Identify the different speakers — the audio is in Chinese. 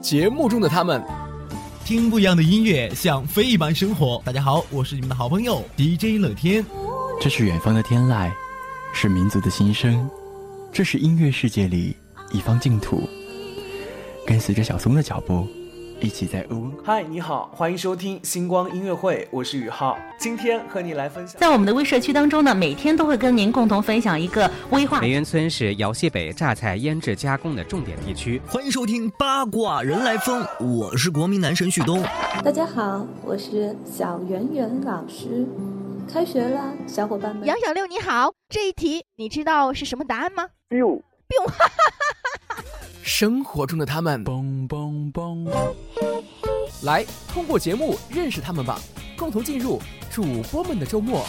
Speaker 1: 节目中的他们。
Speaker 2: 听不一样的音乐，像飞一般生活。大家好，我是你们的好朋友 DJ 乐天。
Speaker 3: 这是远方的天籁，是民族的心声，这是音乐世界里一方净土。跟随着小松的脚步，一起在欧温。
Speaker 4: 嗨，你好，欢迎收听星光音乐会，我是宇浩。今天和你来分享，
Speaker 5: 在我们的微社区当中呢，每天都会跟您共同分享一个微化
Speaker 6: 梅园村是姚西北榨菜腌制加工的重点地区。
Speaker 7: 欢迎收听八卦人来疯，我是国民男神旭东。
Speaker 8: 大家好，我是小圆圆老师。开学了，小伙伴们。
Speaker 9: 杨小六你好，这一题你知道是什么答案吗
Speaker 4: ？biu
Speaker 9: biu，哈
Speaker 1: 哈哈生活中的他们，
Speaker 3: 嘣嘣嘣！
Speaker 1: 来，通过节目认识他们吧，共同进入主播们的周末。